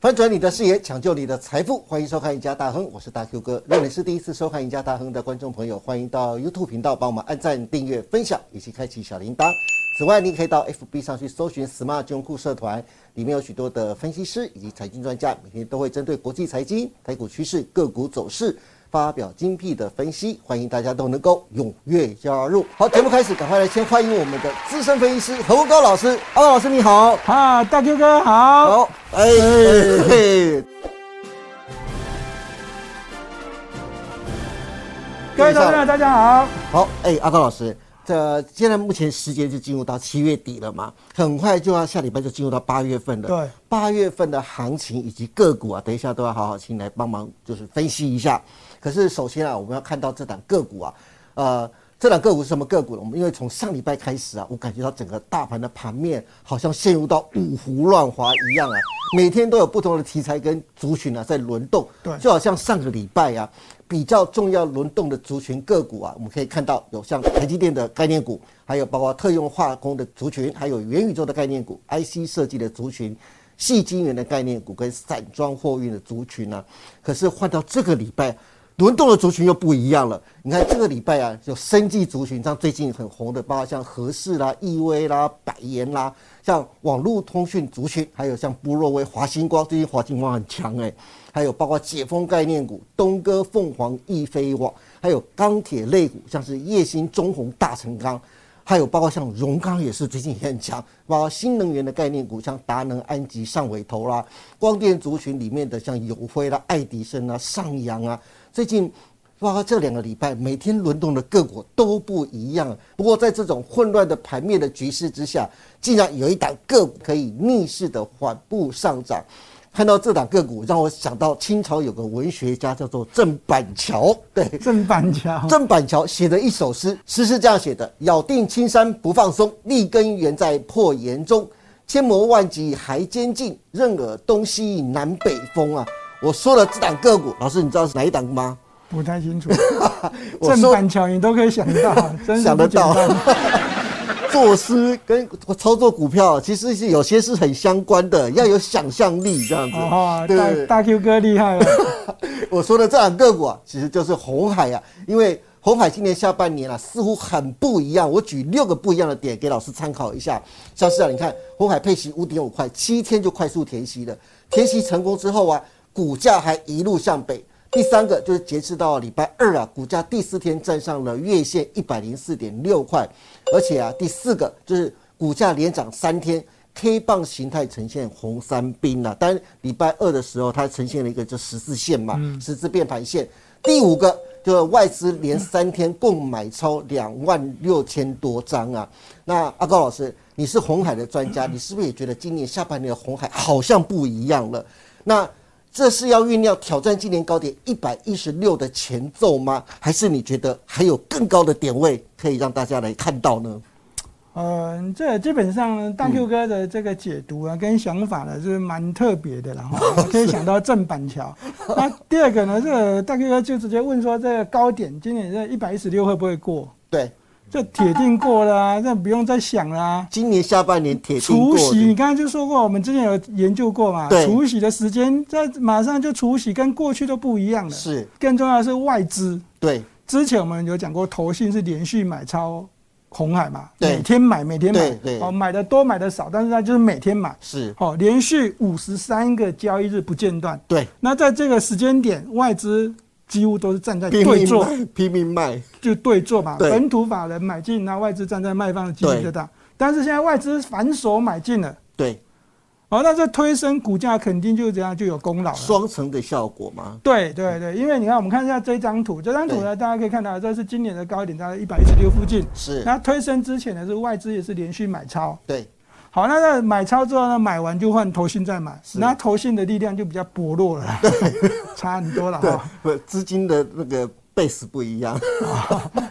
翻转你的视野，抢救你的财富，欢迎收看《赢家大亨》，我是大 Q 哥。如果你是第一次收看《赢家大亨》的观众朋友，欢迎到 YouTube 频道帮我们按赞、订阅、分享以及开启小铃铛。此外，你可以到 FB 上去搜寻 “Smart 金融库社团”，里面有许多的分析师以及财经专家，每天都会针对国际财经、台股趋势、个股走势发表精辟的分析，欢迎大家都能够踊跃加入。好，节目开始，赶快来先欢迎我们的资深分析师何国高老师。阿高老师，你好。啊，大 Q 哥好。好，哎，嘿各位观众大家好。好，哎，阿高老师，这现在目前时间就进入到七月底了嘛，很快就要下礼拜就进入到八月份了。对，八月份的行情以及个股啊，等一下都要好好请你来帮忙，就是分析一下。可是首先啊，我们要看到这档个股啊，呃。这档个股是什么个股呢？我们因为从上礼拜开始啊，我感觉到整个大盘的盘面好像陷入到五胡乱华一样啊，每天都有不同的题材跟族群啊在轮动。对就好像上个礼拜啊，比较重要轮动的族群个股啊，我们可以看到有像台积电的概念股，还有包括特用化工的族群，还有元宇宙的概念股、IC 设计的族群、细晶圆的概念股跟散装货运的族群啊。可是换到这个礼拜。轮动的族群又不一样了。你看这个礼拜啊，有生技族群，像最近很红的，包括像和氏啦、易威啦、百言啦，像网络通讯族群，还有像波若威、华星光，最近华星光很强哎、还有包括解封概念股，东哥、凤凰、易飞网，还有钢铁类股，像是叶星、中红、大成钢。还有包括像荣钢也是最近也很强，包括新能源的概念股，像达能、安吉、上尾投啦，光电族群里面的像友辉啦、爱迪生啊、上扬啊，最近包括这两个礼拜，每天轮动的个股都不一样。不过在这种混乱的盘面的局势之下，竟然有一档个股可以逆势的缓步上涨。看到这档个股，让我想到清朝有个文学家叫做郑板桥，对，郑板桥，郑板桥写的一首诗，诗是这样写的：“咬定青山不放松，立根原在破岩中。千磨万击还坚劲，任尔东西南北风啊！”我说了这档个股，老师你知道是哪一档吗？不太清 楚。我郑说板桥你都可以 想到，真是想不得简到。单。作诗跟操作股票，其实是有些是很相关的，要有想象力这样子。 哦，对对大对大 Q 哥厉 害了。 我说的这两个股啊，其实就是红海啊，因为红海今年下半年啊似乎很不一样。我举六个不一样的点给老师参考一下。像是啊，你看红海配息五点五块，七天就快速填息了。填息成功之后啊，股价还一路向北。第三个就是截至到礼拜二啊，股价第四天站上了月线一百零四点六块，而且啊，第四个就是股价连涨三天。K 棒形态呈现红三兵啊，当然礼拜二的时候它呈现了一个就十字线嘛，十字变盘线。第五个就是外资连三天共买超两万六千多张啊。那阿高老师，你是红海的专家，你是不是也觉得今年下半年的红海好像不一样了？那这是要酝酿挑战今年高点一百一十六的前奏吗？还是你觉得还有更高的点位可以让大家来看到呢？呃，这基本上呢大 Q 哥的这个解读啊，跟想法呢是蛮特别的啦。 哈可以想到郑板 桥。那第二个呢，这个大 Q 哥就直接问说，这个高点今年这一百一十六会不会过？对，这铁定过了啊，这不用再想了啊。今年下半年铁定除过夕，的你刚才就说过，我们之前有研究过嘛对，除夕的时间，这马上就除夕，跟过去都不一样了。是更重要的是外资，对之前我们有讲过，投信是连续买超红海嘛，对每天买，每天买对，对哦，买的多，买的少，但是它就是每天买，是，哦，连续五十三个交易日不间断。对，那在这个时间点，外资几乎都是站在拼对命坐，卖， 拼命卖，就对坐嘛，对本土法人买进，那外资站在卖方的几率对就大。但是现在外资反手买进了。对，哦，那这推升股价肯定就这样就有功劳了。双层的效果嘛，对对嗯对，因为你看，我们看一下这张图，这张图呢，大家可以看到，这是今年的高点，大概一百一十六附近。是，那推升之前呢，是外资也是连续买超。对，好，那那买超之后呢，买完就换投信再买，是那投信的力量就比较薄弱了， 差很多了对哈。，不，资金的那个 base 不一样，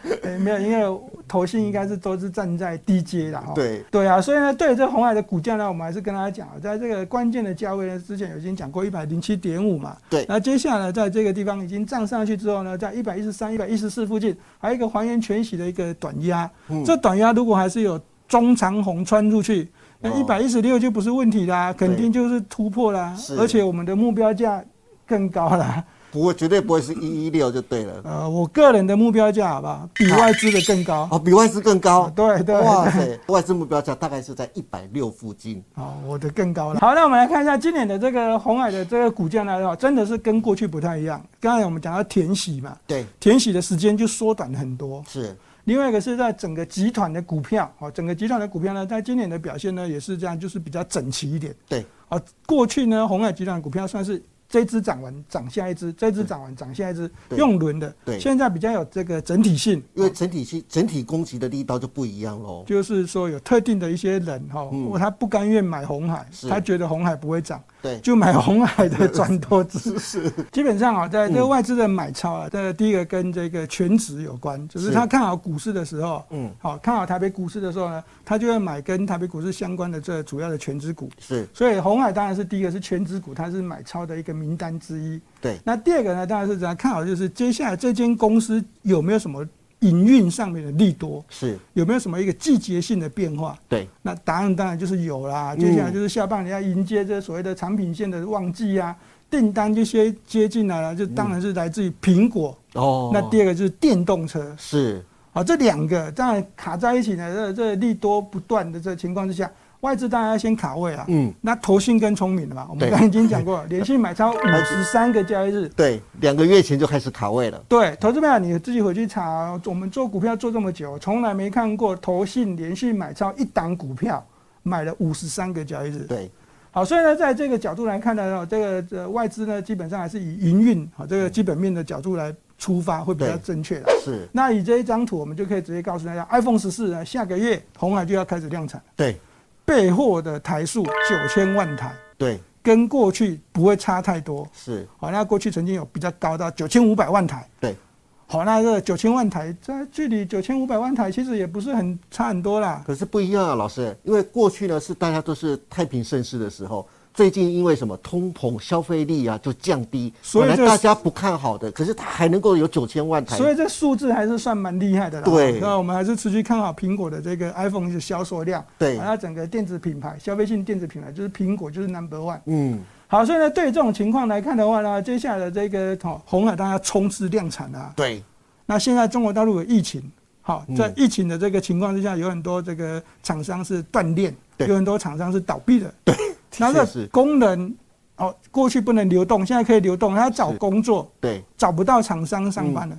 诶哎没有，因为投信应该是都是站在低阶的哈。对，对啊，所以呢，对这红海的股价呢，我们还是跟大家讲啊，在这个关键的价位呢，之前有已经讲过一百零七点五嘛，对那接下来在这个地方已经涨上去之后呢，在一百一十三、一百一十四附近，还有一个还原全息的一个短压，嗯这短压如果还是有中长红穿出去，哦那一百一十六就不是问题啦，肯定就是突破啦，是而且我们的目标价更高啦。不会绝对不会是一一六就对了。呃，我个人的目标价好不好？比外资的更高。哦，比外资更高啊，对对哇塞，外资目标价大概是在一百六附近，哦，我的更高了。好，那我们来看一下今年的这个红海的这个股价来了，真的是跟过去不太一样。刚才我们讲到填息嘛，对，填息的时间就缩短很多。是另外一个是在整个集团的股票，哦，整个集团的股票呢，在今年的表现呢也是这样，就是比较整齐一点。对，哦，过去呢，红海集团的股票算是这只涨完涨下一只，这只涨完涨下一只，对用轮的。对现在比较有这个整体性，哦因为整体性整体攻击的力道就不一样喽。就是说有特定的一些人哈，嗯哦他不甘愿买红海是，他觉得红海不会涨，对，就买红海的转投资。是，基本上啊，在这个外资的买超啊，这个第一个跟这个全值有关，就是是他看好股市的时候，嗯，好看好台北股市的时候呢，他就会买跟台北股市相关的这主要的全值股。是，所以红海当然是第一个是全值股，它是买超的一个名单之一。对，那第二个呢，当然是怎样看好就是接下来这间公司有没有什么营运上面的利多，是，有没有什么一个季节性的变化？对，那答案当然就是有啦。嗯接下来就是下半年要迎接这所谓的产品线的旺季啊，订单就先接进来了，就当然是来自于苹果。嗯哦，那第二个就是电动车。是好，这两个当然卡在一起呢，这这利多不断的这情况之下，外资当然要先卡位啊。嗯。那投信更聪明了嘛？我们对刚才已经讲 过了，连续买超五十三个交易日。对，两个月前就开始卡位了。对，投资朋友你自己回去查，我们做股票做这么久，从来没看过投信连续买超一档股票买了五十三个交易日。对，好，所以呢，在这个角度来看呢，这个呃外资呢，基本上还是以营运好这个基本面的角度来出发，会比较对正确的。是，那以这一张图，我们就可以直接告诉大家，iPhone 十四呢，下个月红海就要开始量产，对，备货的台数九千万台，对，跟过去不会差太多。是，好，那过去曾经有比较高到九千五百万台。对，好，那这九千万台，这距离九千五百万台其实也不是很差很多啦。可是不一样啊，老师，因为过去呢是大家都是太平盛世的时候，最近因为什么通膨、消费力啊就降低，所以本这来大家不看好的，可是它还能够有九千万台，所以这数字还是算蛮厉害的啦。对那我们还是持续看好苹果的这个 iPhone 的销售量。对好那整个电子品牌，消费性电子品牌就是苹果就是 number one。嗯，好，所以呢，对于这种情况来看的话呢，接下来的这个哦红海当然要冲刺量产啊。对，那现在中国大陆有疫情，好，在嗯疫情的这个情况之下，有很多这个厂商是断链，对有很多厂商是倒闭的。对，那的确这是工人哦，过去不能流动，现在可以流动，他找是工作对，找不到厂商上班嗯了。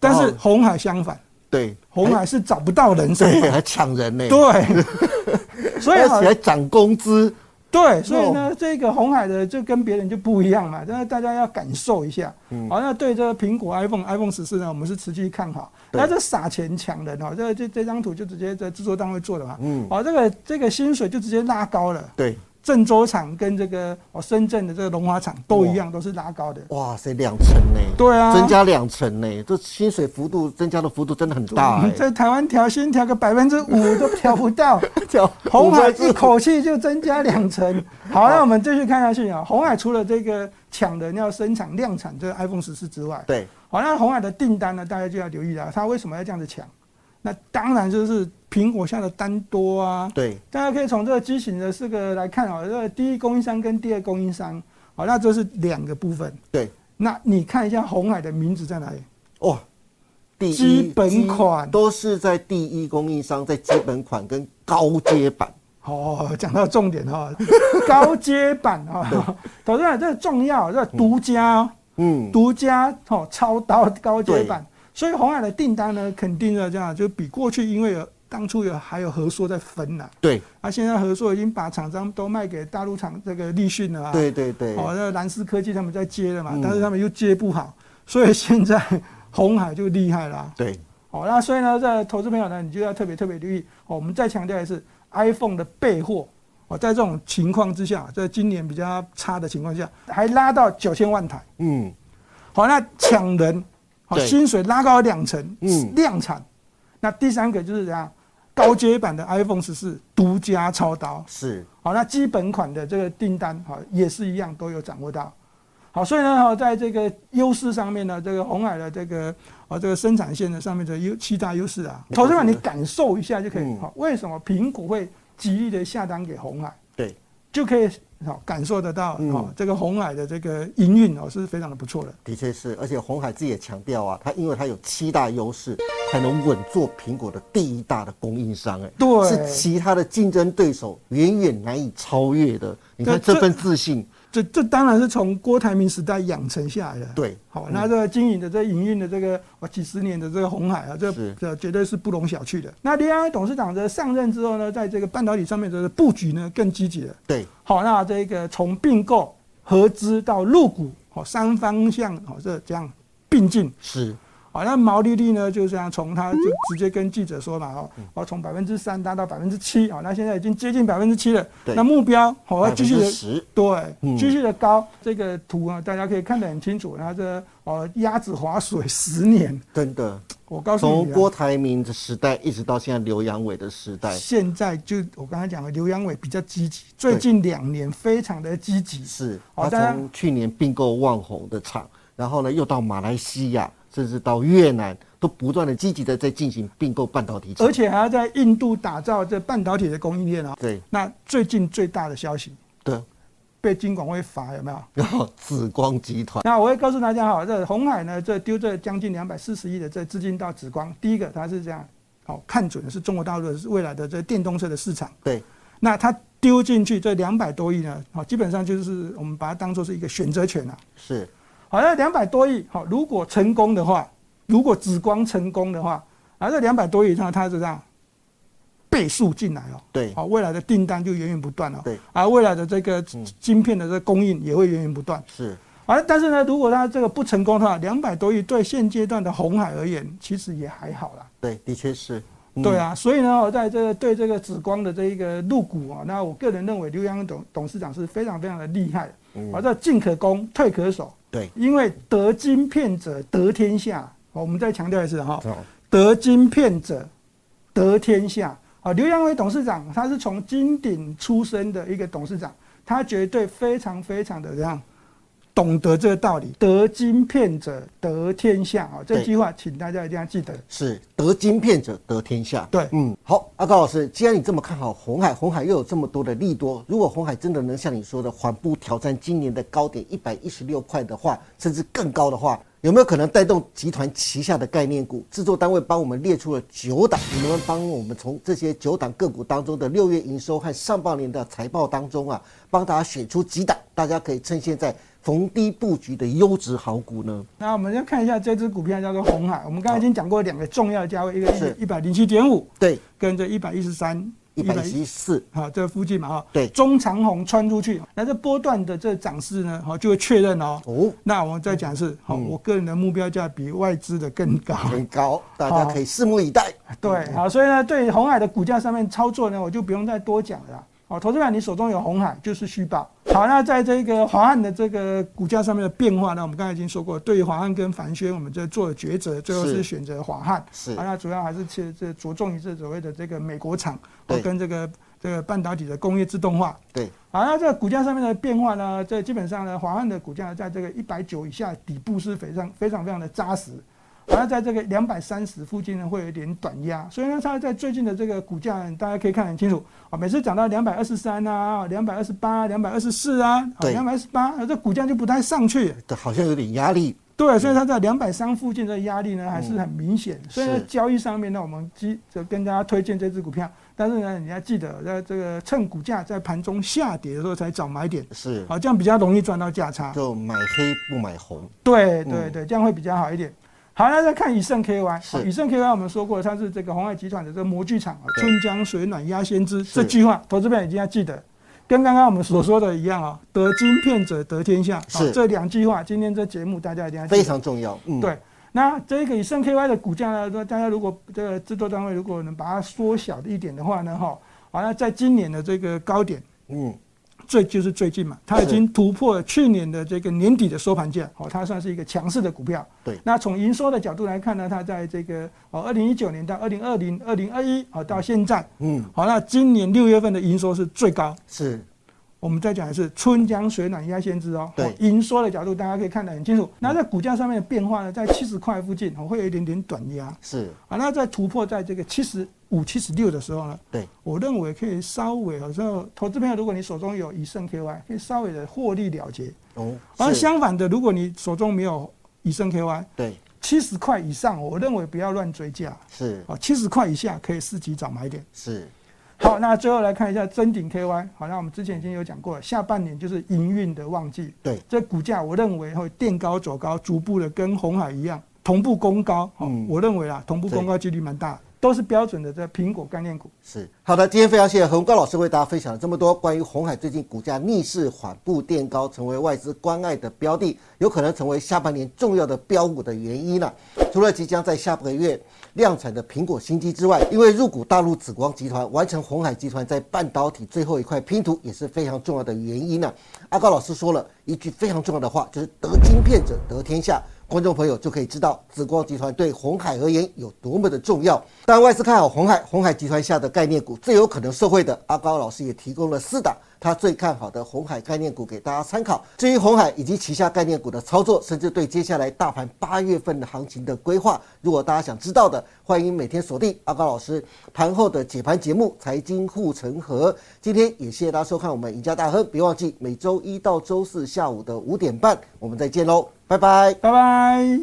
但哦是红海相反，对，红海是找不到人上对，班。还抢人 呢、对，所以哎而好且还嗯涨工资，对，所以呢，这个红海的就跟别人就不一样嘛，那大家要感受一下。嗯好，那对这个苹果 iPhone iPhone 十四呢，我们是持续看好。对那这撒钱抢人哦，这这这张图就直接在制作单位做的嘛。嗯，好，这个这个薪水就直接拉高了。对，郑州厂跟这个哦深圳的这个龙华厂都一样，都是拉高的。哇塞，两成呢、对啊，增加两成呢、这薪水幅度增加的幅度真的很大、欸，在台湾调薪调个百分之五都调不 到，叫 红海一口气就增加两成。好，那我们继续看下去啊。红海除了这个抢人要生产量产这个 iPhone 十四之外，对，好，那红海的订单呢，大家就要留意了，它为什么要这样子抢？那当然就是苹果下的单多啊。对，大家可以从这个机型的四个来看啊，这个第一供应商跟第二供应商，好，那这是两个部分。对，那你看一下红海的名字在哪里？哇，哦第一基本款基都是在第一供应商，在基本款跟高阶版，哦，讲到重 点哈、高阶版哈、哦，董事长这个重要，这个独家哦、嗯，独家哦，超高高阶版，所以红海的订单呢，肯定的这样，就比过去因为有当初有还有合硕在分呐、对，啊，现在合硕已经把厂商都卖给大陆厂这个立讯了啊，，对对对，哦，那蓝思科技他们在接了嘛，嗯但是他们又接不好，所以现在红海就厉害啦、对，哦，那所以呢，这投资朋友呢，你就要特别特别留意。哦，我们再强调一次，iPhone 的备货哦，在这种情况之下，在今年比较差的情况下，还拉到九千万台。嗯，好、那抢人，好、对薪水拉高两成，嗯量产。那第三个就是怎样，高阶版的 iPhone 十四独家操刀。是，好，那基本款的这个订单，好也是一样都有掌握到。好，所以呢，好在这个优势上面呢，这个红海的这个啊这个生产线的上面的优七大优势啊，投资者你感受一下就可以嗯。好，为什么苹果会极力的下单给红海，对，就可以哦感受得到嗯哦这个红海的这个营运哦是非常的不错的。的确是，而且红海自己也强调啊，它因为它有七大优势，才能稳坐苹果的第一大的供应商、哎，对是其他的竞争对手远远难以超越的。你看这这份自信，这这当然是从郭台铭时代养成下来的。对嗯好，那这个经营的这营运的这个哇几十年的这个红海啊，这是这绝对是不容小觑的。那联安董事长的上任之后呢，在这个半导体上面的布局呢更积极了。对，好，那这个从并购、合资到入股，好三方向好这这样并进。是，好，那毛利率呢，就这样从他就直接跟记者说嘛，哦，嗯我从百分之三达到百分之七，哦，那现在已经接近百分之七了。对那目标好要继续的10%对，嗯继续的高。这个图啊，大家可以看得很清楚，它这哦鸭子划水十年，真的，我告诉从你、郭啊。台铭的时代一直到现在刘阳伟的时代，现在就我刚才讲的，刘阳伟比较积极，最近两年非常的积极。是好他大家从去年并购万宏的厂，然后呢又到马来西亚，甚至到越南，都不断的积极的在进行并购半导体厂而。且还要在印度打造这半导体的供应链啊。对那最近最大的消息，的，被金管会罚有没有？然后紫光集团那我会告诉大家哈，这红海呢，这丢这将近两百四十亿的这资金到紫光，第一个它是这样，哦，看准的是中国大陆的未来的这电动车的市场，对。那它丢进去这两百多亿呢，好，基本上就是我们把它当做是一个选择权啊。是好，那两百多亿，好，如果成功的话，如果紫光成功的话，啊，这两百多亿它它是这样倍数进来哦，对好，未来的订单就源源不断哦，对，啊，未来的这个晶片的这个供应也会源源不断。是而啊但是呢，如果它这个不成功的话，两百多亿对现阶段的红海而言，其实也还好啦。对，的确是。嗯对，啊，所以呢，我在这个对这个紫光的这一个入股啊，那我个人认为刘洋董董事长是非常非常的厉害的，而这进可攻，退可守，对，因为得晶片者得天下。好我们再强调一次哈、好得晶片者得天下。啊，刘扬伟董事长他是从金鼎出身的一个董事长，他绝对非常非常的这样懂得这个道理，得晶片者得天下啊，这对句话请大家一定要记得。是得晶片者得天下。对嗯，好，阿高老师，既然你这么看好红海，红海又有这么多的利多，如果红海真的能像你说的缓步挑战今年的高点一百一十六块的话，甚至更高的话，有没有可能带动集团旗下的概念股？制作单位帮我们列出了九档，你能不能帮我们从这些九档个股当中的六月营收和上半年的财报当中啊，帮大家选出几档，大家可以趁现在逢低布局的优质好股呢？那我们要看一下这只股票叫做红海，我们刚才已经讲过两个重要的价位，一个是一百零七点五，对，跟这一百一十三。一百一四。好，这附近嘛哈，对中长红穿出去，那这波段的这涨势呢，好就会确认哦。哦，嗯那我再讲是，好，我个人的目标价比外资的更高。很高，大家可以拭目以待。嗯对，好，所以呢，对于红海的股价上面操作呢，我就不用再多讲了啦。好，投资者你手中有红海就是虚报。好，那在这个华汉的这个股价上面的变化呢，我们刚才已经说过，对于华汉跟凡轩，我们这做了抉择，最后是是选择华汉。是啊，那主要还是切这着重于这所谓的这个美国厂，哦对跟这个这个半导体的工业自动化。对，好，那这个股价上面的变化呢，这基本上呢，华汉的股价在这个一百九以下底部是非常非常非常的扎实，然后在这个两百三十附近呢会有一点短压，所以呢，它在最近的这个股价，大家可以看得很清楚啊，每次涨到两百二十三啊、两百二十八、两百二十四啊、对两百二十八，这股价就不太上去。这好像有点压力。对，所以它在两百三附近的压力呢还是很明显，所以呢嗯是交易上面呢，我们基就跟大家推荐这只股票，但是呢，你要记得在这个趁股价在盘中下跌的时候才找买点，是，好，这样比较容易赚到价差。就买黑不买红。对嗯对对，这样会比较好一点。好，那再看以盛 KY，是好以盛 KY 我们说过，它是这个红海集团的这个模具厂，啊对春江水暖鸭先知是这句话，投资朋友一定要记得，跟刚刚我们所说的一样啊，得金片者得天下，好是这两句话，今天这节目大家一定要记得非常重要，嗯，对，那这个以盛 KY 的股价呢，大家如果这个制作单位如果能把它缩小一点的话呢，哈，好，那在今年的这个高点，嗯，最就是最近嘛，它已是经突破了去年的这个年底的收盘价，哦，它算是一个强势的股票。对那从营收的角度来看呢，它在这个哦，二零一九年到二零二零、二零二一，哦，到现在，嗯，好，那今年六月份的营收是最高，是我们再讲一次，春江水暖鸭先知哦。对哦营收的角度大家可以看得很清楚。那在股价上面的变化呢，在七十块附近，我哦会有一点点短压是，啊。那在突破在这个七十五、七十六的时候呢，对，我认为可以稍微，有时候投资朋友，如果你手中有以盛 KY，可以稍微的获利了结。哦，而是，相反的，如果你手中没有以盛 KY，对，七十块以上，我认为不要乱追价是啊，七十块以下可以伺机找买点。是，好，那最后来看一下真鼎 KY。好，那我们之前已经有讲过了，下半年就是营运的旺季，对，这股价我认为会垫高走高，逐步的跟红海一样同步攻高。哦嗯我认为啊，同步攻高几率蛮大，都是标准的这苹果概念股。是好的，今天非常谢谢洪高老师为大家分享了这么多关于红海最近股价逆势缓步垫高，成为外资关爱的标的，有可能成为下半年重要的标股的原因呢、啊除了即将在下个月量产的苹果新机之外，因为入股大陆紫光集团，完成红海集团在半导体最后一块拼图也是非常重要的原因呢、啊阿高老师说了一句非常重要的话，就是得晶片者得天下。观众朋友就可以知道紫光集团对红海而言有多么的重要。当然，外资看好红海，红海集团下的概念股最有可能受惠的，阿高老师也提供了四档他最看好的红海概念股给大家参考。至于红海以及旗下概念股的操作，甚至对接下来大盘八月份的行情的规划，如果大家想知道的，欢迎每天锁定阿高老师盘后的解盘节目《财经护城河》。今天也谢谢大家收看我们赢家大亨，别忘记每周一到周四下午的五点半，我们再见喽，拜拜。拜拜。